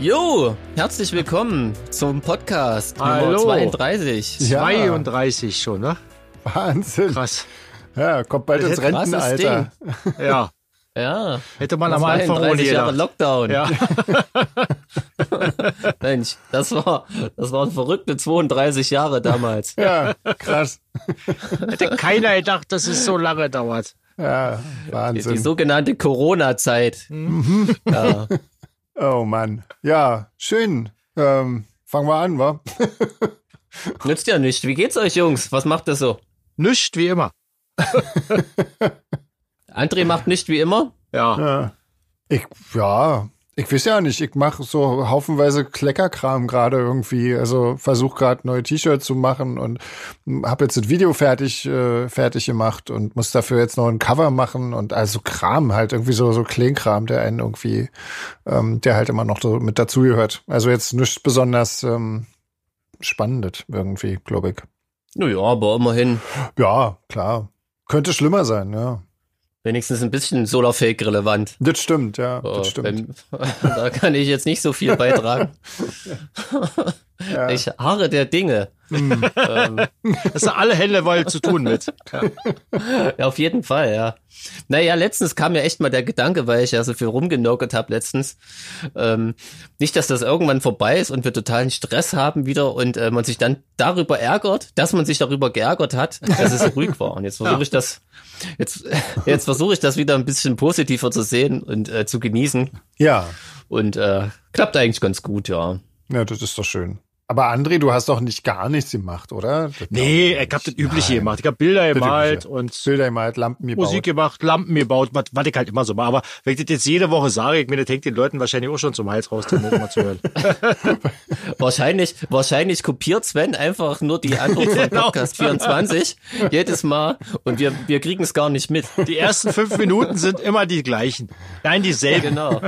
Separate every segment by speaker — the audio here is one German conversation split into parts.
Speaker 1: Hallo, herzlich willkommen zum Podcast
Speaker 2: Hallo.
Speaker 1: Nummer 32.
Speaker 3: Ja.
Speaker 2: 32 schon, ne?
Speaker 3: Wahnsinn.
Speaker 2: Krass.
Speaker 3: Ja, kommt bald
Speaker 2: Das
Speaker 3: ins
Speaker 2: ist ein krasses
Speaker 3: Rentenalter.
Speaker 2: Ja.
Speaker 1: Ja,
Speaker 2: Hätte man am Anfang ohne
Speaker 1: 32 Jahre
Speaker 2: gedacht.
Speaker 1: Lockdown.
Speaker 2: Ja.
Speaker 1: Mensch, das war, das waren verrückte 32 Jahre damals.
Speaker 3: Ja, krass.
Speaker 2: Hätte keiner gedacht, dass es so lange dauert.
Speaker 3: Ja,
Speaker 1: Die
Speaker 3: Wahnsinn.
Speaker 1: sogenannte Corona-Zeit.
Speaker 2: Mhm.
Speaker 1: Ja.
Speaker 3: Oh Mann. Ja, schön. Ähm, fangen wir an, wa?
Speaker 1: Nützt ja nicht. Wie geht's euch, Jungs? Was macht das so?
Speaker 2: Nüscht wie immer.
Speaker 1: André macht nicht wie immer.
Speaker 2: Ja.
Speaker 3: Ja. Ich, ja, ich weiß ja nicht. Ich mache so haufenweise Kleckerkram gerade irgendwie. Also versuche gerade neue T-Shirts zu machen und habe jetzt das Video fertig, äh, fertig gemacht und muss dafür jetzt noch ein Cover machen und also Kram halt irgendwie so, so Kleinkram, der einen irgendwie, ähm, der halt immer noch so mit dazugehört. Also jetzt nichts besonders ähm, Spannendes irgendwie, glaube ich.
Speaker 1: Naja, aber immerhin
Speaker 3: Ja, klar. Könnte schlimmer sein, ja.
Speaker 1: wenigstens ein bisschen Solarfake relevant.
Speaker 3: Das stimmt, ja.
Speaker 1: Oh,
Speaker 3: Das stimmt.
Speaker 1: beim- da kann ich jetzt nicht so viel beitragen.
Speaker 3: Ja.
Speaker 1: Ich harre der Dinge. ähm,
Speaker 2: Das sind alle Hände voll zu tun mit.
Speaker 1: ja, auf jeden Fall, ja. Naja, letztens kam mir echt mal der Gedanke, weil ich ja so viel rumgenörgelt habe letztens. Ähm, nicht, dass das irgendwann vorbei ist und wir totalen Stress haben wieder und äh, man sich dann darüber ärgert, dass man sich darüber geärgert hat, dass es ruhig war. Und jetzt versuche ich das, jetzt, jetzt versuche ich das wieder ein bisschen positiver zu sehen und äh, zu genießen.
Speaker 3: Ja.
Speaker 1: Und äh, klappt eigentlich ganz gut, ja.
Speaker 3: Ja, das ist doch schön. Aber André, du hast doch nicht gar nichts gemacht, oder? Das
Speaker 2: Nee,
Speaker 3: glaub
Speaker 2: ich hab das
Speaker 3: nicht.
Speaker 2: Übliche
Speaker 3: Nein.
Speaker 2: gemacht. Ich hab Bilder gemalt
Speaker 3: Übliche.
Speaker 2: und
Speaker 3: Bilder gemalt, halt Lampen gebaut.
Speaker 2: Musik gemacht, Lampen gebaut, was was ich halt immer so mache. Aber wenn ich das jetzt jede Woche sage, ich mir, das hängt den Leuten wahrscheinlich auch schon zum Hals raus, dann immer zu hören.
Speaker 1: Wahrscheinlich, wahrscheinlich kopiert Sven einfach nur die Antwort von
Speaker 2: Genau.
Speaker 1: Podcast 24 jedes Mal und wir, wir kriegen es gar nicht mit.
Speaker 2: Die ersten fünf Minuten sind immer die gleichen. Nein, dieselben.
Speaker 1: Genau,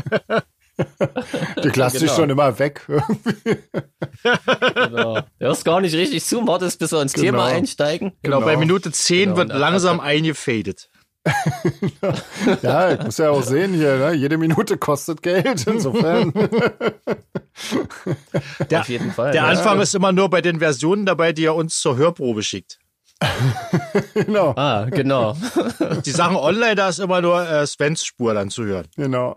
Speaker 3: Du klatscht dich
Speaker 1: Genau.
Speaker 3: schon immer weg.
Speaker 1: genau. Du hörst gar nicht richtig zu, wartest, bis wir ins
Speaker 3: Genau.
Speaker 1: Thema einsteigen.
Speaker 2: Genau, bei Minute 10
Speaker 1: Genau,
Speaker 2: wird
Speaker 1: und-
Speaker 2: langsam eingefadet.
Speaker 3: ja, ich muss ja auch sehen hier, ne? jede Minute kostet Geld. Insofern.
Speaker 2: Der,
Speaker 1: Auf jeden Fall,
Speaker 2: Der
Speaker 1: ja.
Speaker 2: Anfang ist immer nur bei den Versionen dabei, die er uns zur Hörprobe schickt.
Speaker 3: genau,
Speaker 1: Ah, genau.
Speaker 2: Die Sachen online, da ist immer nur äh, Svens Spur dann zu hören.
Speaker 3: genau.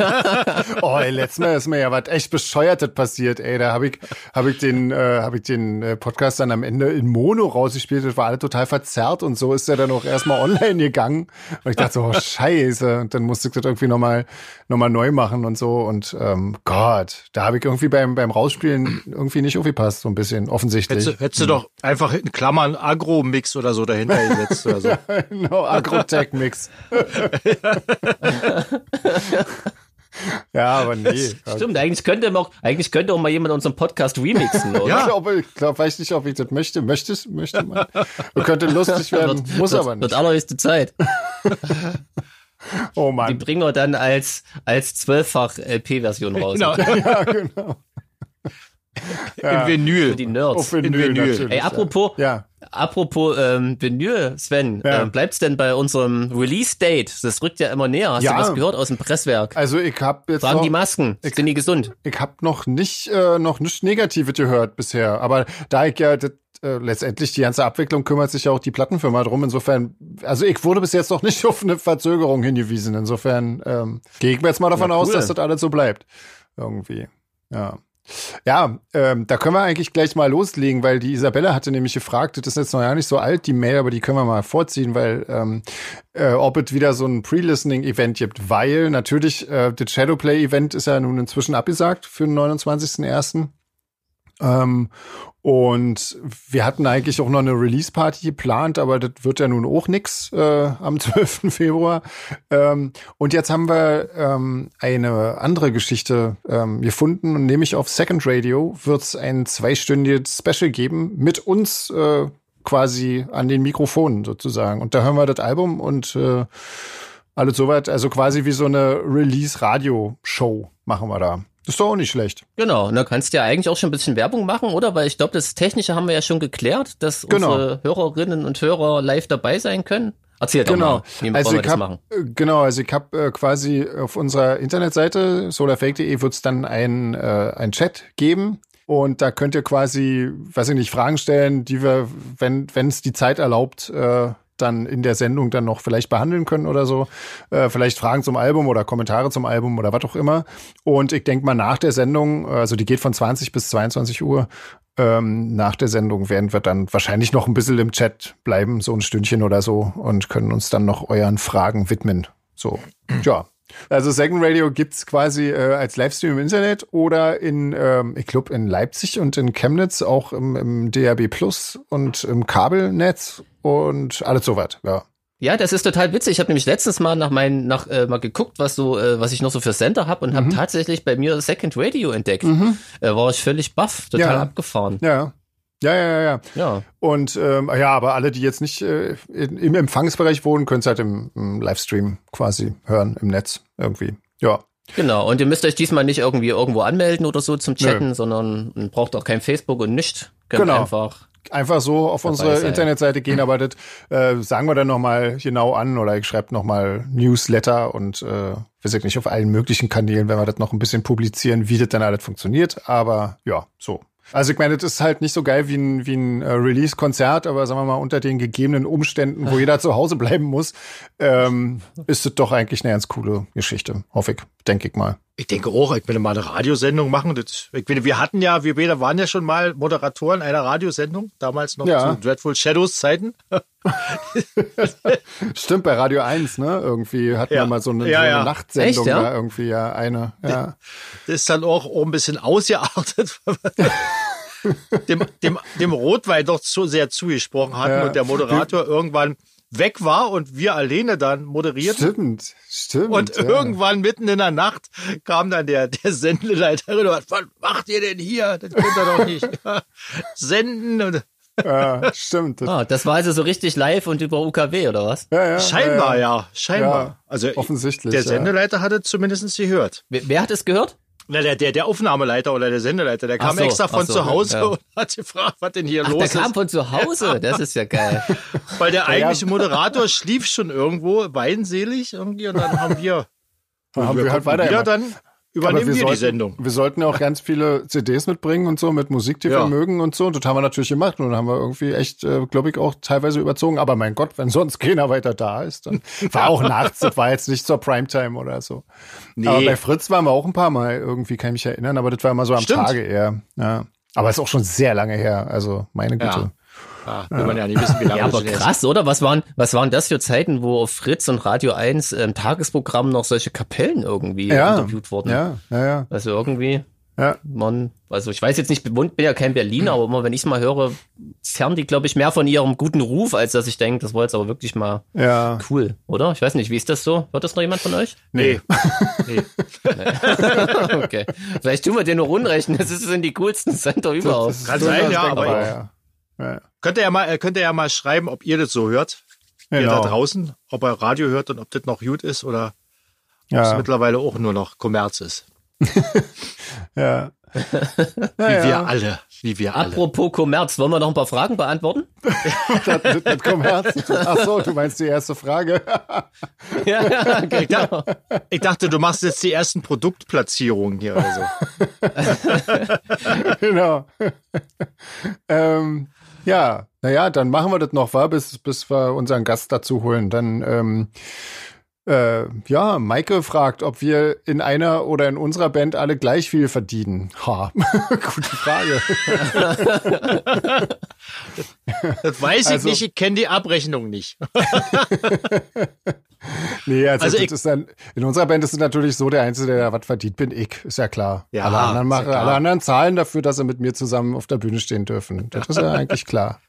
Speaker 3: oh, ey, letztes Mal ist mir ja was echt Bescheuertes passiert, ey. Da habe ich, hab ich den, äh, hab ich den äh, Podcast dann am Ende in Mono rausgespielt. Das war alle total verzerrt und so ist er dann auch erstmal online gegangen. Und ich dachte so, oh, scheiße. Und dann musste ich das irgendwie nochmal noch mal neu machen und so. Und ähm, Gott, da habe ich irgendwie beim, beim Rausspielen irgendwie nicht aufgepasst, so ein bisschen, offensichtlich.
Speaker 1: Hm.
Speaker 2: Hättest, du- hättest du doch einfach in Klammern Agro-Mix oder so dahinter gesetzt oder so.
Speaker 3: Genau, Agrotech-Mix. ja, aber nee. also
Speaker 1: Stimmt, eigentlich könnte man auch, eigentlich könnte auch mal jemand unseren Podcast remixen, oder?
Speaker 2: Ja.
Speaker 3: Ich glaube, ich glaub, weiß nicht, ob ich das möchte. Möchtest, möchte man. Könnte lustig werden, ähm, muss
Speaker 1: das,
Speaker 3: aber
Speaker 1: Wird
Speaker 3: nicht.
Speaker 1: allerhöchste Zeit.
Speaker 3: Oh
Speaker 1: Die
Speaker 3: Mann.
Speaker 1: bringen wir dann als, als zwölffach LP-Version raus.
Speaker 2: Genau,
Speaker 3: Ja,
Speaker 1: Für
Speaker 2: in
Speaker 3: genau.
Speaker 1: die
Speaker 2: Vinyl.
Speaker 3: Auf
Speaker 1: Nerds.
Speaker 3: Vinyl,
Speaker 2: Vinyl.
Speaker 3: natürlich.
Speaker 1: Ey, apropos,
Speaker 3: Ja.
Speaker 1: Apropos ähm, Vinyl, Sven,
Speaker 3: Ja.
Speaker 1: ähm, bleibt's denn bei unserem Release-Date? Das rückt ja immer näher. Hast
Speaker 3: Ja.
Speaker 1: du was gehört aus dem Presswerk?
Speaker 3: Also ich habe jetzt
Speaker 1: Tragen
Speaker 3: noch,
Speaker 1: die Masken, sind die gesund?
Speaker 3: ich hab noch nicht äh, noch nichts Negatives gehört bisher. Aber da ich ja das, äh, letztendlich die ganze Abwicklung kümmert sich ja auch die Plattenfirma drum. Insofern, also ich wurde bis jetzt noch nicht auf eine Verzögerung hingewiesen. Insofern ähm, gehe ich mir jetzt mal davon
Speaker 1: Na,
Speaker 3: aus,
Speaker 1: cool.
Speaker 3: dass das alles so bleibt. Irgendwie. Ja. Ja, ähm, da können wir eigentlich gleich mal loslegen, weil die Isabella hatte nämlich gefragt, das ist jetzt noch gar nicht so alt, die Mail, aber die können wir mal vorziehen, weil ähm, äh, ob es wieder so ein Pre-Listening-Event gibt, weil natürlich äh, das Shadowplay-Event ist ja nun inzwischen abgesagt für den 29.01. Ähm, und wir hatten eigentlich auch noch eine Release-Party geplant, aber das wird ja nun auch nix äh, am 12. Februar. Ähm, und jetzt haben wir ähm, eine andere Geschichte ähm, gefunden und nämlich auf Second Radio wird es ein zweistündiges Special geben mit uns äh, quasi an den Mikrofonen sozusagen. Und da hören wir das Album und äh, alles soweit. Also quasi wie so eine Release-Radio-Show machen wir da. Ist doch auch nicht schlecht.
Speaker 1: Genau, und da kannst du ja eigentlich auch schon ein bisschen Werbung machen, oder? Weil ich glaube, das Technische haben wir ja schon geklärt, dass
Speaker 3: Genau.
Speaker 1: unsere Hörerinnen und Hörer live dabei sein können. Erzähl
Speaker 3: Genau.
Speaker 1: doch mal, wie
Speaker 3: also
Speaker 1: wollen wir
Speaker 3: ich
Speaker 1: das
Speaker 3: hab,
Speaker 1: machen?
Speaker 3: äh, Genau, also ich habe äh, quasi auf unserer Internetseite solarfake.de wird es dann ein, äh, ein Chat geben. Und da könnt ihr quasi, weiß ich nicht, Fragen stellen, die wir, wenn wenn es die Zeit erlaubt, äh, dann in der Sendung dann noch vielleicht behandeln können oder so. Äh, vielleicht Fragen zum Album oder Kommentare zum Album oder was auch immer. Und ich denke mal, nach der Sendung, also die geht von 20 bis 22 Uhr, ähm, nach der Sendung werden wir dann wahrscheinlich noch ein bisschen im Chat bleiben, so ein Stündchen oder so, und können uns dann noch euren Fragen widmen. So, ja. Also Second Radio gibt's quasi äh, als Livestream im Internet oder in, ähm, ich glaube, in Leipzig und in Chemnitz, auch im, im DRB Plus und im Kabelnetz und alles soweit, ja.
Speaker 1: Ja, das ist total witzig. Ich habe nämlich letztes Mal nach meinen, nach äh, mal geguckt, was so, äh, was ich noch so für Sender habe und
Speaker 3: Mhm.
Speaker 1: habe tatsächlich bei mir Second Radio entdeckt. Äh, war ich völlig baff, total
Speaker 3: Ja.
Speaker 1: abgefahren.
Speaker 3: Ja, ja, ja, ja. ja.
Speaker 1: Ja.
Speaker 3: Und ähm, ja, aber alle, die jetzt nicht äh, in, im Empfangsbereich wohnen, können es halt im, im Livestream quasi hören, im Netz irgendwie. Ja.
Speaker 1: Genau, und ihr müsst euch diesmal nicht irgendwie irgendwo anmelden oder so zum Chatten, sondern ihr braucht auch kein Facebook und nichts. Könnt
Speaker 3: Genau.
Speaker 1: einfach.
Speaker 3: Einfach so auf unsere
Speaker 1: sei.
Speaker 3: Internetseite gehen, aber das äh, sagen wir dann nochmal genau an oder ich schreibe nochmal Newsletter und äh, weiß ich nicht, auf allen möglichen Kanälen, wenn wir das noch ein bisschen publizieren, wie das dann alles funktioniert. Aber ja, so. Also ich meine, das ist halt nicht so geil wie ein, wie ein äh, Release-Konzert, aber sagen wir mal, unter den gegebenen Umständen, wo jeder zu Hause bleiben muss, ähm, ist das doch eigentlich eine ganz coole Geschichte, hoffe ich, denke ich mal.
Speaker 2: Ich denke auch, ich will mal eine Radiosendung machen. Das, ich meine, wir hatten ja, wir beide waren ja schon mal Moderatoren einer Radiosendung, damals noch
Speaker 3: Ja.
Speaker 2: zu Dreadful Shadows Zeiten.
Speaker 3: Stimmt, bei Radio 1, ne? Irgendwie hatten
Speaker 2: Ja.
Speaker 3: wir mal so eine,
Speaker 2: Ja,
Speaker 3: so eine
Speaker 2: ja.
Speaker 3: Nachtsendung
Speaker 1: Echt, ja?
Speaker 3: da irgendwie, ja, eine. Ja.
Speaker 2: Das ist dann auch, auch ein bisschen ausgeartet. weil wir dem, dem, dem Rotwein doch zu sehr zugesprochen hatten
Speaker 3: Ja.
Speaker 2: und der Moderator irgendwann weg war und wir alleine dann moderierten.
Speaker 3: Stimmt, stimmt.
Speaker 2: Und
Speaker 3: ja.
Speaker 2: irgendwann mitten in der Nacht kam dann der, der Sendeleiterin und hat, was macht ihr denn hier? Das könnt ihr doch nicht. Senden und
Speaker 3: Ja, stimmt. Das,
Speaker 1: Ah, das war also so richtig live und über UKW oder was?
Speaker 3: ja, ja,
Speaker 2: scheinbar, ja, scheinbar.
Speaker 3: Ja,
Speaker 2: also ich-
Speaker 3: offensichtlich,
Speaker 2: Der
Speaker 3: ja.
Speaker 2: Sendeleiter hatte zumindestens gehört.
Speaker 1: Wer, wer hat es gehört?
Speaker 2: Na, der, der, der Aufnahmeleiter oder der Sendeleiter, der
Speaker 1: Ach
Speaker 2: kam
Speaker 1: so,
Speaker 2: extra von
Speaker 1: ach so,
Speaker 2: zu Hause
Speaker 1: ja.
Speaker 2: und hat gefragt, was denn hier
Speaker 1: Ach,
Speaker 2: los
Speaker 1: der
Speaker 2: ist.
Speaker 1: kam von zu Hause. Das ist ja geil.
Speaker 2: Weil der eigentliche Moderator schlief schon irgendwo, weinselig irgendwie, und dann haben wir,
Speaker 3: Dann haben wir
Speaker 2: gucken
Speaker 3: halt weiter
Speaker 2: wieder,
Speaker 3: gemacht.
Speaker 2: dann
Speaker 3: Aber
Speaker 2: übernehmen wir,
Speaker 3: sollten,
Speaker 2: die Sendung.
Speaker 3: Wir sollten auch ganz viele CDs mitbringen und so mit Musik, die wir
Speaker 2: Ja.
Speaker 3: mögen und so. Und das haben wir natürlich gemacht. Und haben wir irgendwie echt, äh, glaube ich, auch teilweise überzogen. Aber mein Gott, wenn sonst keiner weiter da ist, dann war auch nachts, das war jetzt nicht zur Primetime oder so. Aber bei Fritz waren wir auch ein paar Mal irgendwie, kann ich mich erinnern. Aber das war immer so am
Speaker 2: Stimmt.
Speaker 3: Tage eher. Ja. Aber ist auch schon sehr lange her. Also meine Güte.
Speaker 2: Ja.
Speaker 3: Ah,
Speaker 2: Ja, will man ja nicht wissen, wie lange
Speaker 1: Ja,
Speaker 2: das
Speaker 1: aber
Speaker 2: schon her ist.
Speaker 1: krass, oder? Was waren, was waren das für Zeiten, wo auf Fritz und Radio 1 im Tagesprogramm noch solche Kapellen irgendwie
Speaker 3: Ja.
Speaker 1: interviewt wurden?
Speaker 3: Ja, ja, ja.
Speaker 1: Also irgendwie,
Speaker 3: Ja.
Speaker 1: man, also ich weiß jetzt nicht, bin bin ja kein Berliner, aber immer wenn ich es mal höre, zerren die, glaube ich, mehr von ihrem guten Ruf, als dass ich denke, das war jetzt aber wirklich mal
Speaker 3: ja.
Speaker 1: cool, oder? Ich weiß nicht, wie ist das so? Hört das noch jemand von euch?
Speaker 2: Nee. nee.
Speaker 1: Okay. Vielleicht tun wir dir nur Unrecht, das ist- sind die coolsten Center überhaupt.
Speaker 3: ist
Speaker 2: Kann
Speaker 3: durchaus
Speaker 2: sein, ja,
Speaker 3: denkbar,
Speaker 2: aber-
Speaker 3: ja. Ja.
Speaker 2: Könnt ihr ja mal, äh, könnt ihr ja mal schreiben, ob ihr das so hört, ihr da
Speaker 3: Genau.
Speaker 2: draußen, ob ihr Radio hört und ob das noch gut ist oder ob es
Speaker 3: Ja,
Speaker 2: mittlerweile auch nur noch Kommerz ist.
Speaker 3: ja.
Speaker 2: Wie wir
Speaker 3: Naja,
Speaker 2: alle. Wie wir alle.
Speaker 1: Apropos Kommerz, wollen wir noch ein paar Fragen beantworten?
Speaker 3: das hat mit Kommerz. Ach so, du meinst die erste Frage.
Speaker 1: ja, okay, genau.
Speaker 2: Ich dachte, du machst jetzt die ersten Produktplatzierungen hier also. oder so.
Speaker 3: genau. ähm, ja, naja, dann machen wir das noch, wa? Bis, bis wir unseren Gast dazu holen. Dann, ähm, äh, ja, Maike fragt, ob wir in einer oder in unserer Band alle gleich viel verdienen. Ha, gute Frage.
Speaker 2: Das weiß ich
Speaker 3: Also-
Speaker 2: nicht, ich kenne die Abrechnung nicht.
Speaker 3: Nee, also,
Speaker 2: Also
Speaker 3: das
Speaker 2: ich-
Speaker 3: ist dann, in unserer Band ist es natürlich so, der Einzige, der da was verdient, bin ich, ist ja klar.
Speaker 2: Ja,
Speaker 3: alle, anderen
Speaker 2: ist ja
Speaker 3: machen,
Speaker 2: klar.
Speaker 3: alle anderen zahlen dafür, dass sie mit mir zusammen auf der Bühne stehen dürfen. Das ist ja eigentlich klar.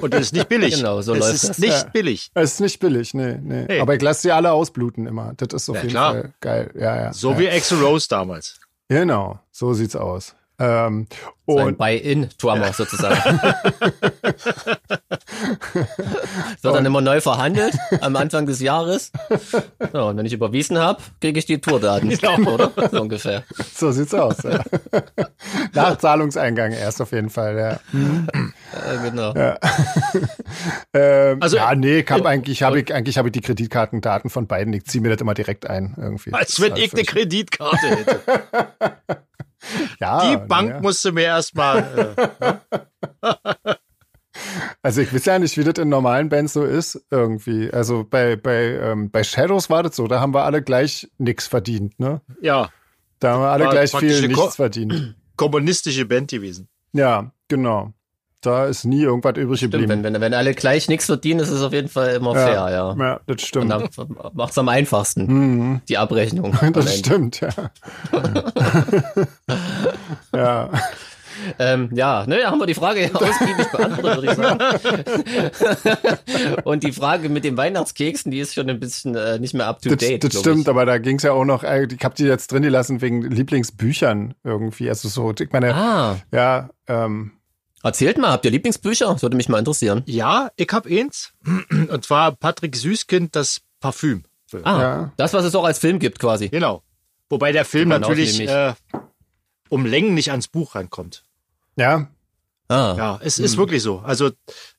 Speaker 2: Und das ist nicht billig.
Speaker 1: Genau, so
Speaker 2: das
Speaker 1: läuft
Speaker 2: ist
Speaker 1: das.
Speaker 2: nicht
Speaker 3: Ja.
Speaker 2: billig.
Speaker 3: Es ist nicht billig, nee, nee.
Speaker 2: Nee.
Speaker 3: Aber ich lasse sie alle ausbluten immer. Das ist auf jeden
Speaker 2: klar.
Speaker 3: Fall geil. Ja, ja.
Speaker 2: So
Speaker 3: ja.
Speaker 2: wie Axel Rose damals.
Speaker 3: Genau, so sieht's aus. Ähm,
Speaker 1: Sein
Speaker 3: und
Speaker 1: Buy-in Tuamau sozusagen. Es Wird dann immer neu verhandelt am Anfang des Jahres. So, und wenn ich überwiesen habe, kriege ich die Tourdaten, oder? So ungefähr.
Speaker 3: so sieht's aus. Ja. Nach Zahlungseingang erst auf jeden Fall, ja.
Speaker 1: Äh, genau.
Speaker 3: Ähm,
Speaker 2: Also-
Speaker 3: ja, nee, ich hab eigentlich habe ich, eigentlich hab ich die Kreditkartendaten von beiden. Ich ziehe mir das immer direkt ein irgendwie.
Speaker 2: Als wenn
Speaker 3: Das
Speaker 2: ich
Speaker 3: ist
Speaker 2: eine
Speaker 3: halt
Speaker 2: Kreditkarte hätte.
Speaker 3: für- ja,
Speaker 2: Die
Speaker 3: nee,
Speaker 2: Bank
Speaker 3: ja.
Speaker 2: musste mir erstmal. Äh,
Speaker 3: Also ich weiß ja nicht, wie das in normalen Bands so ist irgendwie. Also bei, bei, ähm, bei Shadows war das so, da haben wir alle gleich nichts verdient, ne?
Speaker 2: ja,
Speaker 3: Da haben wir alle
Speaker 2: War
Speaker 3: gleich
Speaker 2: praktisch
Speaker 3: viel
Speaker 2: eine Ko-
Speaker 3: nichts verdient.
Speaker 2: kommunistische Band gewesen.
Speaker 3: Ja, genau. Da ist nie irgendwas übrig
Speaker 1: Stimmt,
Speaker 3: geblieben.
Speaker 1: wenn, wenn, wenn alle gleich nichts verdienen, ist es auf jeden Fall immer fair, ja.
Speaker 3: ja, das
Speaker 1: Und
Speaker 3: stimmt.
Speaker 1: dann macht's am einfachsten,
Speaker 3: Mhm.
Speaker 1: die Abrechnung. am
Speaker 3: Das
Speaker 1: Ende.
Speaker 3: stimmt, ja. ja.
Speaker 1: Ähm, ja, ne, haben wir die Frage ja ausgiebig beantwortet, würde ich sagen. Und die Frage mit den Weihnachtskeksen, die ist schon ein bisschen äh, nicht mehr up to
Speaker 3: Das,
Speaker 1: date.
Speaker 3: das
Speaker 1: glaub
Speaker 3: stimmt,
Speaker 1: ich.
Speaker 3: aber da ging es ja auch noch, äh, ich habe die jetzt drin gelassen wegen Lieblingsbüchern irgendwie. Also so, ich meine,
Speaker 1: Ah,
Speaker 3: ja, ähm,
Speaker 1: erzählt mal, habt ihr Lieblingsbücher? Das würde mich mal interessieren.
Speaker 2: Ja, ich hab eins. Und zwar Patrick Süßkind, das Parfüm.
Speaker 1: Ah,
Speaker 3: Ja.
Speaker 1: das, was es auch als Film gibt quasi.
Speaker 2: Genau. Wobei der Film
Speaker 1: man
Speaker 2: natürlich
Speaker 1: ausnehmen
Speaker 2: äh, um Längen nicht ans Buch rankommt.
Speaker 3: ja,
Speaker 1: Ah,
Speaker 2: Ja, es
Speaker 3: Mhm.
Speaker 2: ist wirklich so. Also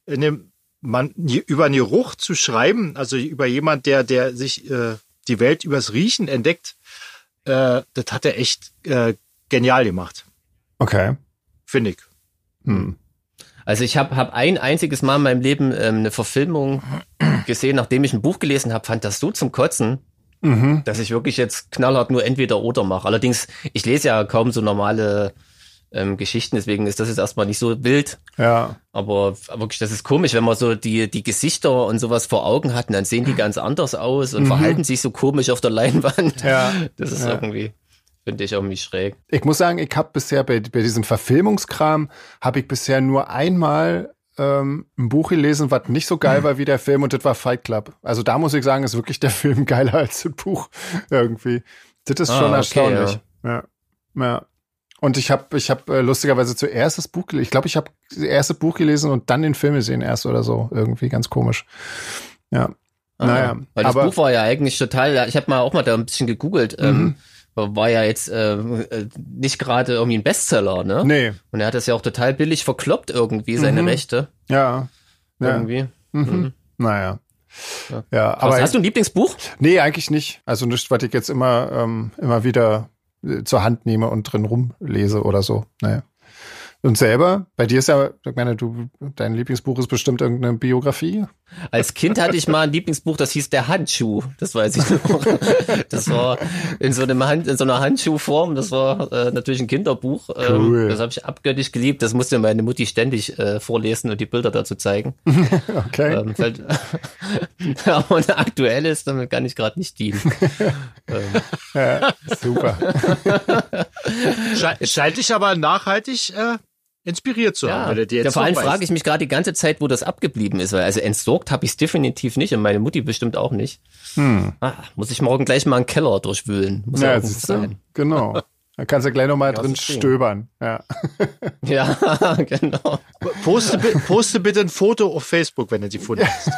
Speaker 2: in dem, man, je- über einen Geruch zu schreiben, also über jemand, der, der sich äh, die Welt übers Riechen entdeckt, äh, das hat er echt äh, genial gemacht,
Speaker 3: okay.
Speaker 2: finde ich.
Speaker 3: Hm.
Speaker 1: Also ich habe hab ein einziges Mal in meinem Leben ähm, eine Verfilmung gesehen, nachdem ich ein Buch gelesen habe, fand das so zum Kotzen,
Speaker 3: Mhm.
Speaker 1: dass ich wirklich jetzt knallhart nur entweder oder mache. Allerdings, ich lese ja kaum so normale ähm, Geschichten, deswegen ist das jetzt erstmal nicht so wild.
Speaker 3: Ja,
Speaker 1: Aber wirklich, das ist komisch, wenn man so die, die Gesichter und sowas vor Augen hat, und dann sehen die ganz anders aus und verhalten sich so komisch auf der Leinwand.
Speaker 3: Mhm. Ja.
Speaker 1: Das ist
Speaker 3: Ja.
Speaker 1: irgendwie, finde ich irgendwie schräg.
Speaker 3: ich muss sagen, ich habe bisher bei, bei diesem Verfilmungskram, habe ich bisher nur einmal ähm, ein Buch gelesen, was nicht so
Speaker 1: Hm.
Speaker 3: geil war wie der Film und das war Fight Club. Also da muss ich sagen, ist wirklich der Film geiler als das Buch irgendwie. Das ist
Speaker 1: Ah,
Speaker 3: schon
Speaker 1: okay,
Speaker 3: erstaunlich. Ja. ja. Und ich habe ich hab, äh, lustigerweise zuerst das Buch gelesen. Ich glaube, ich habe das erste Buch gelesen und dann den Film gesehen erst oder so. Irgendwie ganz komisch. Ja. Naja,
Speaker 1: Ähm, Weil das
Speaker 3: aber-
Speaker 1: Buch war Ah, ja eigentlich total, ich habe mal auch mal da ein bisschen gegoogelt,
Speaker 3: Mhm.
Speaker 1: ähm, war ja jetzt äh, äh, nicht gerade irgendwie ein Bestseller, ne?
Speaker 3: Nee.
Speaker 1: Und er hat das ja auch total billig verkloppt irgendwie, seine
Speaker 3: Mhm.
Speaker 1: Rechte.
Speaker 3: Ja. ja.
Speaker 1: Irgendwie.
Speaker 3: Mhm. Naja.
Speaker 1: Ja.
Speaker 3: Ja,
Speaker 1: Aber
Speaker 3: aber
Speaker 1: Was, hast du ein Lieblingsbuch?
Speaker 3: Nee, eigentlich nicht. Also nichts, was ich jetzt immer, ähm, immer wieder äh, zur Hand nehme und drin rumlese oder so. Naja. Und selber, bei dir ist ja, ich meine, du, dein Lieblingsbuch ist bestimmt irgendeine Biografie.
Speaker 1: Als Kind hatte ich mal ein Lieblingsbuch, das hieß Der Handschuh. Das weiß ich noch. Das war in so, einem Hand, in so einer Handschuhform. Das war äh, natürlich ein Kinderbuch. Ähm,
Speaker 3: Cool.
Speaker 1: Das habe ich abgöttisch geliebt. Das musste meine Mutti ständig äh, vorlesen und die Bilder dazu zeigen.
Speaker 3: Okay.
Speaker 1: Ähm, fällt, aber ein aktuelles, damit kann ich gerade nicht dienen.
Speaker 3: Ja, super.
Speaker 2: Sche scheint dich aber nachhaltig äh, inspiriert zu haben.
Speaker 1: Ja,
Speaker 2: wenn du dir jetzt
Speaker 1: ja, vor allem
Speaker 2: noch weißt.
Speaker 1: frage ich mich gerade die ganze Zeit, wo das abgeblieben ist. Weil also entsorgt habe ich es definitiv nicht und meine Mutti bestimmt auch nicht.
Speaker 3: Hm.
Speaker 1: Ah, muss ich morgen gleich mal einen Keller durchwühlen. Muss ja,
Speaker 3: Ja,
Speaker 1: ja irgendwo
Speaker 3: siehst du?
Speaker 1: sein.
Speaker 3: Genau. Da kannst du gleich nochmal
Speaker 1: Ja,
Speaker 3: drin
Speaker 1: so stehen.
Speaker 3: stöbern. Ja.
Speaker 1: Ja, genau.
Speaker 2: Poste, bi- poste bitte ein Foto auf Facebook, wenn du die gefunden hast.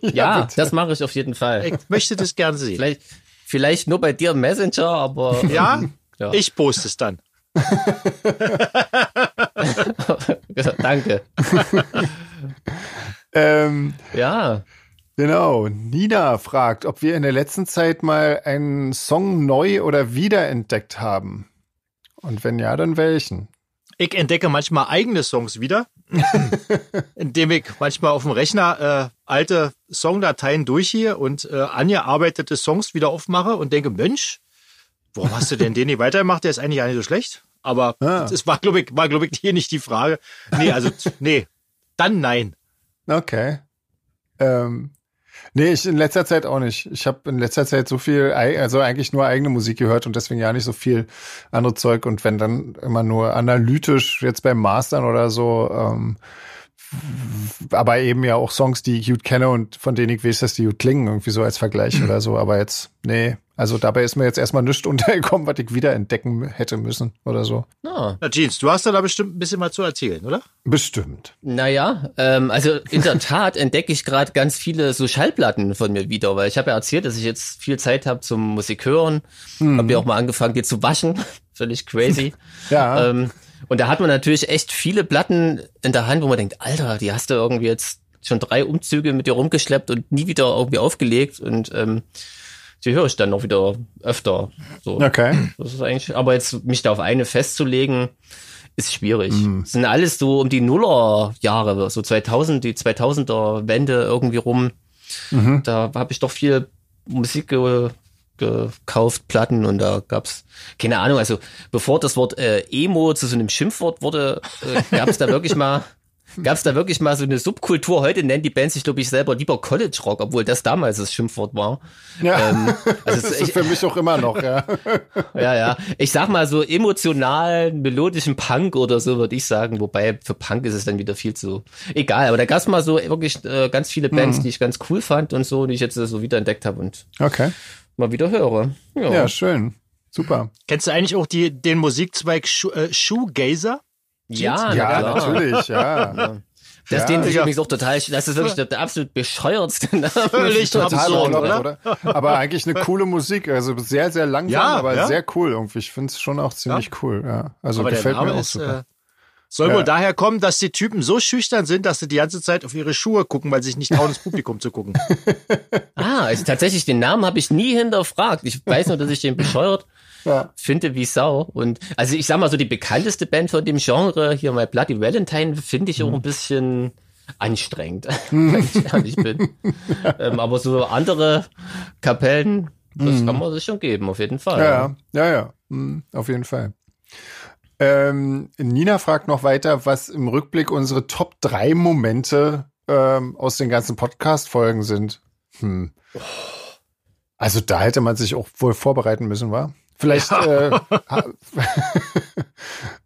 Speaker 1: Ja, das mache ich auf jeden Fall.
Speaker 2: Ich möchte das gerne sehen.
Speaker 1: Vielleicht, vielleicht nur bei dir im Messenger, aber
Speaker 2: Ja?
Speaker 1: Ja.
Speaker 2: Ich poste es dann.
Speaker 1: danke.
Speaker 3: Ähm,
Speaker 1: Ja,
Speaker 3: genau. Nina fragt, ob wir in der letzten Zeit mal einen Song neu oder wiederentdeckt haben. Und wenn ja, dann welchen?
Speaker 2: Ich entdecke manchmal eigene Songs wieder, indem ich manchmal auf dem Rechner äh, alte Songdateien durchgehe und äh, angearbeitete Songs wieder aufmache und denke, Mensch, warum hast du denn den nicht weitergemacht? Der ist eigentlich gar nicht so schlecht. Aber
Speaker 3: Ah.
Speaker 2: das war, glaube ich, war, glaub ich, hier nicht die Frage. Nee, also, nee, dann nein.
Speaker 3: Okay. Ähm, nee, ich in letzter Zeit auch nicht. Ich habe in letzter Zeit so viel, ei- also eigentlich nur eigene Musik gehört und deswegen ja nicht so viel andere Zeug. Und wenn dann immer nur analytisch, jetzt beim Mastern oder so, ähm, aber eben ja auch Songs, die ich gut kenne und von denen ich weiß, dass die gut klingen, irgendwie so als Vergleich oder so. Aber jetzt, nee, Also dabei ist mir jetzt erstmal nichts untergekommen, was ich wiederentdecken hätte müssen oder so.
Speaker 1: Na,
Speaker 2: Na, Jeans, du hast da, da bestimmt ein bisschen mal zu erzählen, oder?
Speaker 3: Bestimmt.
Speaker 1: naja, ähm, also in der Tat entdecke ich gerade ganz viele so Schallplatten von mir wieder, weil ich habe ja erzählt, dass ich jetzt viel Zeit habe zum Musik hören. Habe ja auch mal angefangen, die zu waschen. Völlig crazy.
Speaker 3: Ja.
Speaker 1: Ähm, und da hat man natürlich echt viele Platten in der Hand, wo man denkt, Alter, die hast du irgendwie jetzt schon drei Umzüge mit dir rumgeschleppt und nie wieder irgendwie aufgelegt und ähm, die höre ich dann noch wieder öfter. So.
Speaker 3: Okay.
Speaker 1: Das ist eigentlich, aber jetzt mich da auf eine festzulegen, ist schwierig.
Speaker 3: Mhm.
Speaker 1: Es sind alles so um die Nullerjahre, so 2000, die 2000er Wende irgendwie rum.
Speaker 3: Mhm.
Speaker 1: Da habe ich doch viel Musik ge gekauft, Platten und da gab's keine Ahnung. Also bevor das Wort äh, Emo zu so einem Schimpfwort wurde, äh, gab's da wirklich mal gab's da wirklich mal so eine Subkultur. Heute nennen die Bands sich glaube ich selber lieber College Rock, obwohl das damals das Schimpfwort war.
Speaker 3: Ja.
Speaker 1: also es-
Speaker 3: das ist für mich auch immer noch, ja.
Speaker 1: Ja, ja. Ich sag mal so emotionalen, melodischen Punk oder so, würde ich sagen. Wobei für Punk ist es dann wieder viel zu egal. Aber da gab's mal so wirklich äh, ganz viele Bands, die ich ganz cool fand und so, die ich jetzt äh, so wiederentdeckt habe und
Speaker 3: Okay.
Speaker 1: mal wieder höre. Ja.
Speaker 3: Ja, schön. Super.
Speaker 2: Kennst du eigentlich auch die, den Musikzweig Schu äh, Shoegazer? Ah,
Speaker 1: ja,
Speaker 3: Ja,
Speaker 1: na klar.
Speaker 3: natürlich, ja.
Speaker 1: Das
Speaker 3: Ja.
Speaker 1: den ich
Speaker 2: Ja.
Speaker 1: übrigens auch total, das ist wirklich der, der absolut bescheuertste Name.
Speaker 2: Völlig
Speaker 3: Total
Speaker 2: absurd,
Speaker 3: bekloppt,
Speaker 2: oder?
Speaker 3: oder? Aber eigentlich eine coole Musik. Also sehr, sehr langsam,
Speaker 2: Ja,
Speaker 3: aber
Speaker 2: ja.
Speaker 3: sehr cool irgendwie. Ich finde es schon auch ziemlich cool. Ja. Also
Speaker 2: Aber der
Speaker 3: gefällt
Speaker 2: Name
Speaker 3: mir auch
Speaker 2: ist,
Speaker 3: super.
Speaker 2: äh, soll
Speaker 3: Ja.
Speaker 2: wohl daher kommen, dass die Typen so schüchtern sind, dass sie die ganze Zeit auf ihre Schuhe gucken, weil sie sich nicht trauen, ins Publikum zu gucken.
Speaker 1: Ah, ist tatsächlich, den Namen habe ich nie hinterfragt. Ich weiß nur, dass ich den bescheuert
Speaker 3: Ja.
Speaker 1: finde wie Sau. Und also ich sag mal so, die bekannteste Band von dem Genre, hier My Bloody Valentine, finde ich
Speaker 3: Mhm.
Speaker 1: auch ein bisschen anstrengend, wenn ich ehrlich bin. ähm, aber so andere Kapellen, das kann man sich schon geben, auf jeden Fall.
Speaker 3: Mhm. Ja, ja, ja. Mhm, auf jeden Fall. Ähm, Nina fragt noch weiter, was im Rückblick unsere Top 3 Momente ähm, aus den ganzen Podcast-Folgen sind. Hm. Also da hätte man sich auch wohl vorbereiten müssen, war? Vielleicht, äh, ha-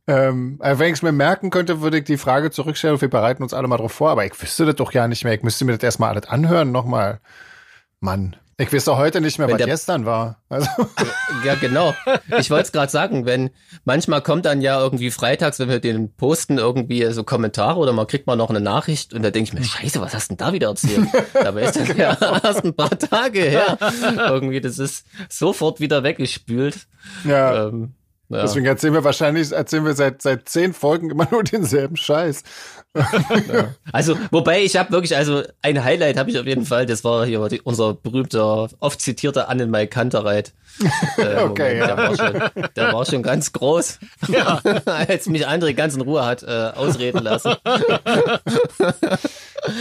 Speaker 3: ähm, also wenn ich es mir merken könnte, würde ich die Frage zurückstellen. Wir bereiten uns alle mal drauf vor, aber ich wüsste das doch ja nicht mehr. Ich müsste mir das erstmal alles anhören nochmal. Mann, ich wüsste auch heute nicht mehr,
Speaker 1: Wenn
Speaker 3: was
Speaker 1: der-
Speaker 3: gestern war. Also.
Speaker 1: Ja, genau. Ich wollte es gerade sagen, wenn manchmal kommt dann ja irgendwie freitags, wenn wir den posten, irgendwie so Kommentare oder man kriegt mal noch eine Nachricht und da denke ich mir, scheiße, was hast du denn da wieder erzählt? Dabei ist das ja erst ein paar Tage her. Irgendwie, das ist sofort wieder weggespült.
Speaker 3: Ja.
Speaker 1: Ähm, ja.
Speaker 3: Deswegen erzählen wir wahrscheinlich, erzählen wir seit, seit zehn Folgen immer nur denselben Scheiß.
Speaker 1: Also, wobei ich habe wirklich, also ein Highlight habe ich auf jeden Fall, das war hier die, unser berühmter, oft zitierter Annenmai Kantereit. Äh,
Speaker 3: Okay,
Speaker 1: der, war schon, der war schon ganz groß, als mich André ganz in Ruhe hat äh, ausreden lassen.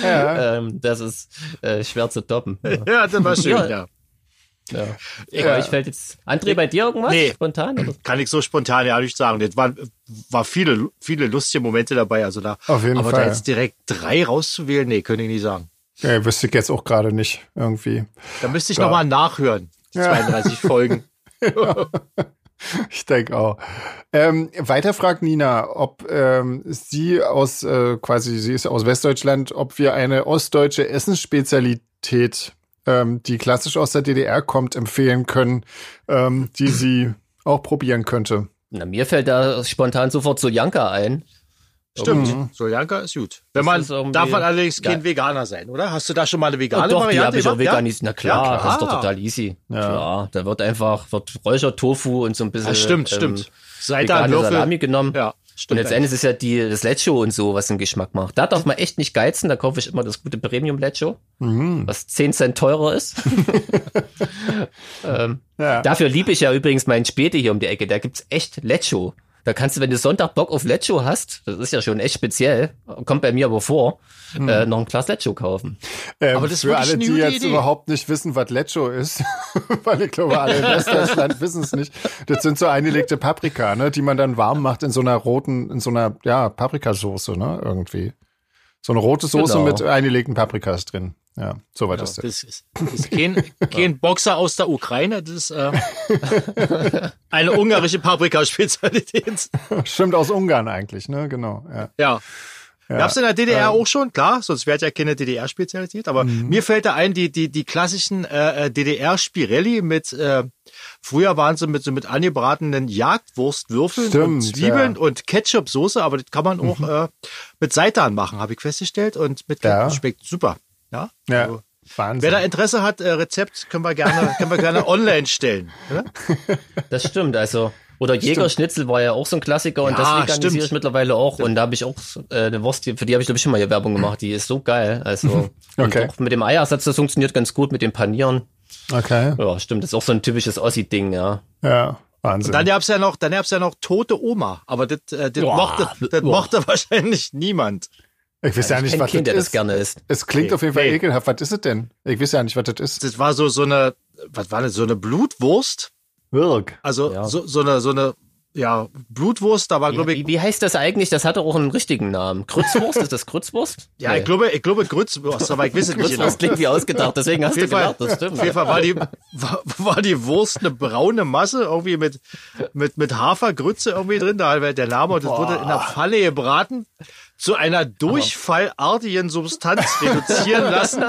Speaker 3: Ja.
Speaker 1: ähm, das ist äh, schwer zu toppen. Ja.
Speaker 2: ja, das war schön,
Speaker 1: Ja.
Speaker 2: ja.
Speaker 1: Ja. Aber ich fällt jetzt. André, bei dir irgendwas?
Speaker 2: Nee.
Speaker 1: Spontan? Oder?
Speaker 2: Kann ich so spontan ja nicht sagen. Das waren war viele, viele lustige Momente dabei. Also da,
Speaker 3: Auf jeden
Speaker 2: aber
Speaker 3: Fall.
Speaker 2: da jetzt direkt drei rauszuwählen, nee, könnte ich nicht sagen.
Speaker 3: ja, wüsste ich jetzt auch gerade nicht irgendwie.
Speaker 2: Da müsste ich nochmal nachhören, die 32 Folgen.
Speaker 3: Ich denke auch. Ähm, weiter fragt Nina, ob ähm, sie aus, äh, quasi, sie ist aus Westdeutschland, ob wir eine ostdeutsche Essensspezialität, ähm, die klassisch aus der DDR kommt, empfehlen können, ähm, die sie auch probieren könnte.
Speaker 1: Na, mir fällt da spontan sofort so Janka ein.
Speaker 2: Stimmt. Soljanka ist gut. Wenn man,
Speaker 1: ist irgendwie-
Speaker 2: darf man allerdings
Speaker 1: Ja.
Speaker 2: kein Veganer sein, oder? Hast du da schon mal eine vegane
Speaker 1: Und doch, die
Speaker 2: Variante
Speaker 1: habe ich auch
Speaker 2: gemacht? Ja?
Speaker 1: veganisiert. Na klar,
Speaker 2: Ja, Ah. klar.
Speaker 1: das ist doch total easy. Ja. Klar, da wird einfach wird Räuchertofu und so ein bisschen
Speaker 2: Ah, stimmt,
Speaker 1: ähm,
Speaker 2: stimmt. Seitan,
Speaker 1: vegane
Speaker 2: Würfel.
Speaker 1: Salami genommen.
Speaker 2: Ja,
Speaker 1: Und
Speaker 2: stimmt.
Speaker 1: letztendlich ist ja die, das Lecho und so, was den Geschmack macht. Da darf man echt nicht geizen, da kaufe ich immer das gute Premium Lecho,
Speaker 2: Mhm.
Speaker 1: was 10 Cent teurer ist. ähm,
Speaker 3: Ja.
Speaker 1: Dafür liebe ich ja übrigens meinen Späte hier um die Ecke. Da gibt's echt Lecho. Da kannst du, wenn du Sonntag Bock auf Lecho hast, das ist ja schon echt speziell, kommt bei mir aber vor,
Speaker 2: Mhm.
Speaker 1: äh, noch ein Glas Lecho kaufen.
Speaker 3: Ähm,
Speaker 2: Aber das ist
Speaker 3: für
Speaker 2: wirklich
Speaker 3: alle,
Speaker 2: eine
Speaker 3: die
Speaker 2: gute
Speaker 3: jetzt
Speaker 2: Idee.
Speaker 3: überhaupt nicht wissen, was Lecho ist, weil ich glaube, alle in Westdeutschland wissen es nicht. Das sind so eingelegte Paprika, ne, die man dann warm macht in so einer roten, in so einer, ja, Paprikasoße, ne, irgendwie. So eine rote Soße
Speaker 1: Genau.
Speaker 3: mit eingelegten Paprikas drin. Ja, soweit ist das.
Speaker 2: Das ist, das ist kein, kein Boxer aus der Ukraine, das ist äh, eine ungarische Paprikaspezialität.
Speaker 3: Stimmt aus Ungarn eigentlich, ne, genau, ja. Ähm.
Speaker 2: Ja, Ja, Gab's in der DDR auch schon, klar, sonst wäre ja keine DDR-Spezialität. Aber
Speaker 3: Mhm.
Speaker 2: mir fällt da ein, die, die, die klassischen äh, DDR-Spirelli mit, äh, früher waren sie mit so mit angebratenen Jagdwurstwürfeln und
Speaker 3: Stimmt,
Speaker 2: Zwiebeln
Speaker 3: ja. Mhm.
Speaker 2: und Ketchup-Soße, aber das kann man auch äh, mit Seitan machen, habe ich festgestellt. Und mit
Speaker 3: Ja.
Speaker 2: Ketchup schmeckt super. Ja.
Speaker 3: Ja.
Speaker 2: Also,
Speaker 3: Wahnsinn.
Speaker 2: Wer da Interesse hat, äh, Rezept können wir gerne, können wir gerne online stellen. ne?
Speaker 1: Das stimmt, also. Oder Jägerschnitzel war ja auch so ein Klassiker und
Speaker 2: Ja,
Speaker 1: das veganisiere
Speaker 2: stimmt.
Speaker 1: ich mittlerweile auch. Und da habe ich auch äh, eine Wurst, die- für die habe ich, glaube ich, schon mal hier Werbung gemacht. Die ist so geil. Also und
Speaker 3: Okay.
Speaker 1: auch mit dem Eiersatz, das funktioniert ganz gut, mit dem Panieren.
Speaker 3: okay.
Speaker 1: Ja, stimmt, das ist auch so ein typisches Ossi-Ding, ja.
Speaker 3: Ja, Wahnsinn.
Speaker 2: Dann gab's ja noch, dann gab's ja noch tote Oma, aber das, äh, das,
Speaker 1: Boah,
Speaker 2: mochte, das
Speaker 1: boah.
Speaker 2: mochte wahrscheinlich niemand.
Speaker 3: ich weiß ja
Speaker 1: Ich
Speaker 3: nicht,
Speaker 1: kenne
Speaker 3: was
Speaker 1: Kind, der
Speaker 3: das
Speaker 1: das
Speaker 3: ist.
Speaker 1: gerne isst.
Speaker 3: Es klingt
Speaker 2: Nee.
Speaker 3: auf jeden Fall
Speaker 2: Nee.
Speaker 3: ekelhaft. Was ist es denn? Ich weiß ja nicht, was das ist.
Speaker 2: Das war so so eine, was war das, so eine Blutwurst?
Speaker 3: Wirk.
Speaker 2: Also
Speaker 1: Ja.
Speaker 2: so, so eine so eine ja Blutwurst. Da war glaube ich,
Speaker 1: Wie, wie heißt das eigentlich? Das hat doch auch einen richtigen Namen. Krützwurst? ist das Krützwurst?
Speaker 2: ja ich glaube ich glaube Grützwurst, aber ich weiß es nicht genau.
Speaker 1: Krützwurst klingt wie ausgedacht, deswegen hast
Speaker 2: Auf
Speaker 1: du
Speaker 2: jeden Fall,
Speaker 1: gedacht, das stimmt.
Speaker 2: auf jeden Fall war, die, war, war die Wurst eine braune Masse, irgendwie mit, mit, mit Hafergrütze irgendwie drin, da war der Name und das wurde in der Pfanne gebraten, zu einer durchfallartigen Substanz reduzieren lassen.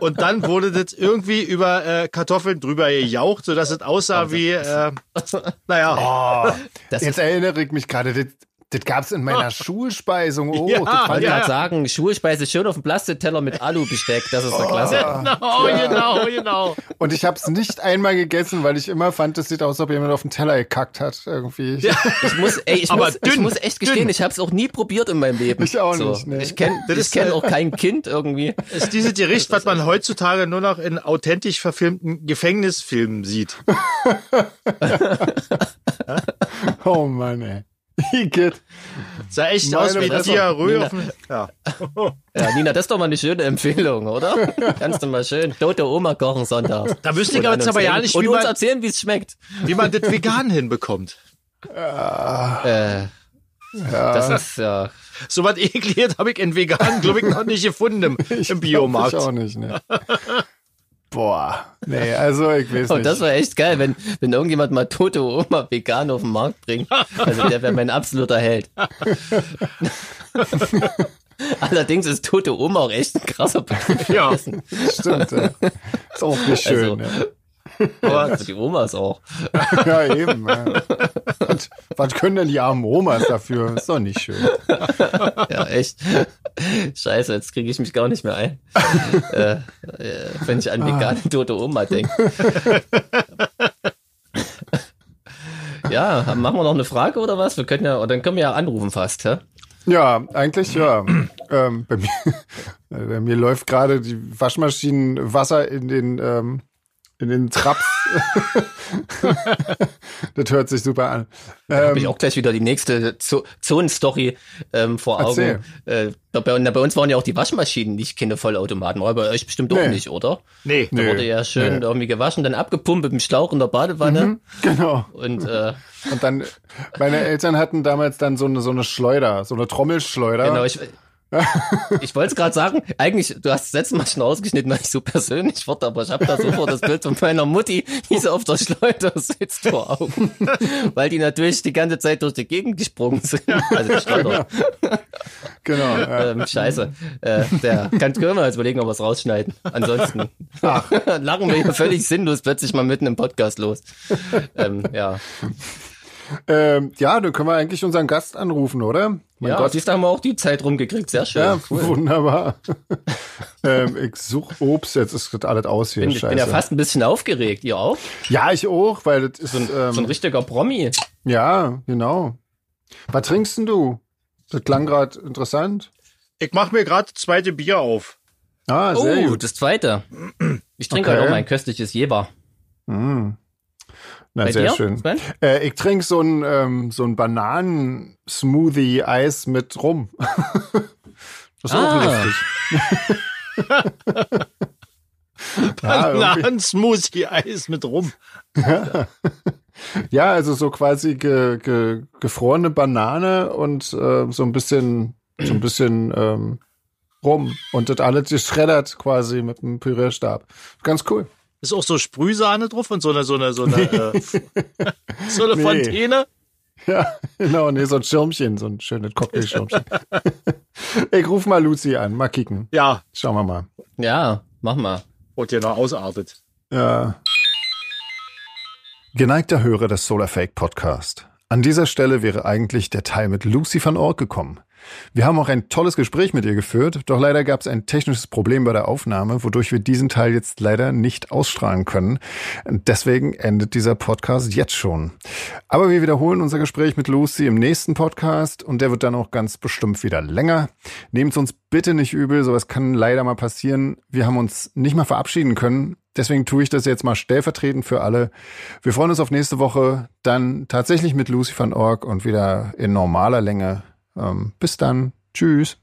Speaker 2: Und dann wurde das irgendwie über äh, Kartoffeln drüber gejaucht, sodass es aussah wie, äh, naja,
Speaker 3: Oh,
Speaker 1: Das
Speaker 3: jetzt erinnere ich mich gerade. Das, das gab es in meiner Schulspeisung. Oh,
Speaker 2: Ja,
Speaker 3: das fand
Speaker 1: Ich
Speaker 3: ich.
Speaker 1: wollte
Speaker 2: ja.
Speaker 1: gerade sagen, Schulspeise schön auf dem Plastikteller mit Alu-Besteck, das ist der Klassiker.
Speaker 2: genau, genau, genau.
Speaker 3: Und ich habe es nicht einmal gegessen, weil ich immer fand, das sieht aus, als ob jemand auf den Teller gekackt hat. Irgendwie.
Speaker 1: Ich muss, ey, ich,
Speaker 2: Aber
Speaker 1: muss, ich
Speaker 2: dünn,
Speaker 1: muss echt gestehen,
Speaker 2: dünn.
Speaker 1: ich habe es auch nie probiert in meinem Leben.
Speaker 3: Ich auch
Speaker 1: so.
Speaker 3: nicht, nee.
Speaker 1: Ich kenne
Speaker 2: Das
Speaker 1: ich
Speaker 2: ist,
Speaker 1: kenn
Speaker 2: äh,
Speaker 1: auch kein Kind irgendwie.
Speaker 2: Ist dieses Gericht, was man heutzutage nur noch in authentisch verfilmten Gefängnisfilmen sieht.
Speaker 3: Oh Mann, ey. Igitt.
Speaker 2: Sah echt
Speaker 3: Meine
Speaker 2: aus wie
Speaker 3: Fresse.
Speaker 2: Diarrhoe
Speaker 1: Nina.
Speaker 2: auf dem. Ja.
Speaker 1: Ja, Nina, das ist doch mal eine schöne Empfehlung, oder? Kannst du mal schön tote Oma kochen Sonntag.
Speaker 2: Da wüsste ich
Speaker 1: Und
Speaker 2: aber jetzt
Speaker 1: an uns
Speaker 2: aber ja
Speaker 1: denken.
Speaker 2: nicht,
Speaker 1: Und
Speaker 2: wie
Speaker 1: uns
Speaker 2: man-
Speaker 1: erzählen, wie es schmeckt.
Speaker 2: Wie man das vegan hinbekommt.
Speaker 1: Äh, Das ist ja.
Speaker 2: So was ekliges habe ich in vegan, glaube ich, noch nicht gefunden im, im Biomarkt.
Speaker 3: Ich auch nicht, ne. Boah. Nee, also ich weiß
Speaker 1: Und
Speaker 3: nicht.
Speaker 1: Oh, das war echt geil, wenn, wenn irgendjemand mal tote Oma vegan auf den Markt bringt. Also der wäre mein absoluter Held. Allerdings ist tote Oma auch echt ein krasser Begriff.
Speaker 2: Ja,
Speaker 3: Stimmt, ja. Ist auch nicht schön.
Speaker 1: Also-
Speaker 2: aber
Speaker 1: Also die Omas auch.
Speaker 3: ja. ja, eben. Ja. Was, was können denn die armen Omas dafür? Ist doch nicht schön.
Speaker 1: Ja, echt. Scheiße, jetzt kriege ich mich gar nicht mehr ein. äh, äh, wenn ich an
Speaker 3: Ah.
Speaker 1: vegane tote Oma denke. ja, machen wir noch eine Frage oder was? Wir können ja, und dann können wir ja anrufen fast, hä?
Speaker 3: Ja, eigentlich ja. ähm, bei, mir, bei mir läuft gerade die Waschmaschinenwasser in den ähm, in den Traps. das hört sich super an.
Speaker 1: Habe ich
Speaker 3: Ähm,
Speaker 1: auch gleich wieder die nächste Zo- Zonenstory ähm, vor Augen. Äh, da bei, na, bei uns waren ja auch die Waschmaschinen nicht keine Vollautomaten, aber bei euch bestimmt auch
Speaker 3: Nee.
Speaker 1: nicht, oder?
Speaker 2: nee.
Speaker 1: Da
Speaker 3: Nee,
Speaker 1: wurde ja schön
Speaker 3: nee.
Speaker 1: irgendwie gewaschen, dann abgepumpt mit dem Schlauch in der Badewanne
Speaker 3: genau.
Speaker 1: und äh,
Speaker 3: Und dann meine Eltern hatten damals dann so eine so eine Schleuder, so eine Trommelschleuder.
Speaker 1: Genau, ich, ich wollte es gerade sagen, eigentlich, du hast das letzte Mal schon ausgeschnitten, weil ich so persönlich wurde, aber ich habe da sofort das Bild von meiner Mutti, die so auf der Schleuder sitzt vor Augen, weil die natürlich die ganze Zeit durch die Gegend gesprungen sind. Also die Schleuder,
Speaker 3: genau. Ja.
Speaker 1: ähm, scheiße. Äh, der kann, können wir jetzt überlegen, ob wir es rausschneiden. Ansonsten lachen wir hier völlig sinnlos plötzlich mal mitten im Podcast los. Ähm, ja,
Speaker 3: Ähm, ja, dann können wir eigentlich unseren Gast anrufen, oder? Mein
Speaker 1: ja
Speaker 3: Gott.
Speaker 1: siehst du, haben wir auch die Zeit rumgekriegt, sehr schön.
Speaker 3: Ja, wunderbar. ähm, ich suche Obst, jetzt ist das alles aus hier.
Speaker 1: bin, ich
Speaker 3: Scheiße.
Speaker 1: bin ja fast ein bisschen aufgeregt, ihr auch?
Speaker 3: Ja, ich auch, weil das ist ähm,
Speaker 1: So ein richtiger Promi.
Speaker 3: Ja, genau. Was trinkst denn du? Das klang gerade interessant.
Speaker 2: Ich mache mir gerade das zweite Bier auf.
Speaker 3: Ah, sehr
Speaker 1: Oh,
Speaker 3: gut.
Speaker 1: das zweite. Ich trinke
Speaker 3: Okay.
Speaker 1: halt auch mein köstliches Jever.
Speaker 3: Mm. Na,
Speaker 1: Bei
Speaker 3: sehr
Speaker 1: dir,
Speaker 3: schön.
Speaker 1: Sven?
Speaker 3: Äh, ich trinke so ein, ähm, so ein Bananen-Smoothie-Eis mit Rum. das ist
Speaker 1: Ah.
Speaker 3: auch lustig. ja, Ah, irgendwie-
Speaker 2: Bananen-Smoothie-Eis mit rum.
Speaker 3: ja, also so quasi ge, ge, gefrorene Banane und äh, so ein bisschen, so ein bisschen ähm, Rum. Und das alles geschreddert quasi mit einem Pürierstab. Ganz cool.
Speaker 2: Ist auch so Sprühsahne drauf und so eine, so eine, so eine, äh, so eine
Speaker 3: Nee.
Speaker 2: Fontäne.
Speaker 3: Ja, genau, nee, so ein Schirmchen, so ein schönes Cocktailschirmchen. ich ruf mal Lucy an, mal kicken.
Speaker 2: Ja,
Speaker 3: Schauen wir mal.
Speaker 1: Ja, mach mal.
Speaker 2: und hier noch ausartet.
Speaker 3: Ja. Geneigter Hörer des Solarfake Podcast. An dieser Stelle wäre eigentlich der Teil mit Lucy van Ork gekommen. Wir haben auch ein tolles Gespräch mit ihr geführt, doch leider gab es ein technisches Problem bei der Aufnahme, wodurch wir diesen Teil jetzt leider nicht ausstrahlen können. Deswegen endet dieser Podcast jetzt schon. Aber wir wiederholen unser Gespräch mit Lucy im nächsten Podcast und der wird dann auch ganz bestimmt wieder länger. Nehmt uns bitte nicht übel, sowas kann leider mal passieren. Wir haben uns nicht mal verabschieden können. Deswegen tue ich das jetzt mal stellvertretend für alle. Wir freuen uns auf nächste Woche, dann tatsächlich mit Lucy van Org und wieder in normaler Länge. Ähm, bis dann. Tschüss.